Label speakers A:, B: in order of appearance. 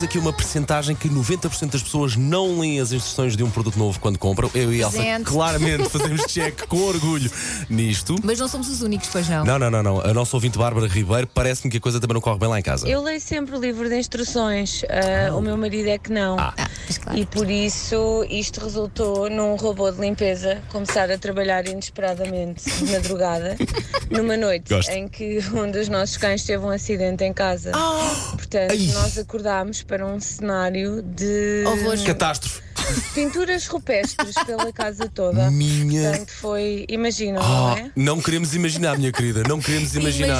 A: aqui uma percentagem que 90% das pessoas não leem as instruções de um produto novo quando compram. Eu e Elsa
B: Presente.
A: claramente fazemos check com orgulho nisto.
B: Mas não somos os únicos, pois não.
A: Não, não, não, não. A nossa ouvinte Bárbara Ribeiro parece-me que a coisa também não corre bem lá em casa.
C: Eu leio sempre o livro de instruções, ah, o meu marido é que não.
B: Ah, mas claro.
C: E por isso isto resultou num robô de limpeza começar a trabalhar inesperadamente de madrugada, numa noite
A: Gosto.
C: em que um dos nossos cães teve um acidente em casa. Portanto,
A: Ah! Ai.
C: nós acordámos para um cenário de
B: Horrores.
A: Catástrofe.
C: pinturas rupestres pela casa toda.
A: Minha.
C: Portanto, foi, imaginam, não
A: Ah,
C: é?
A: não queremos imaginar, minha querida. Não queremos imaginar.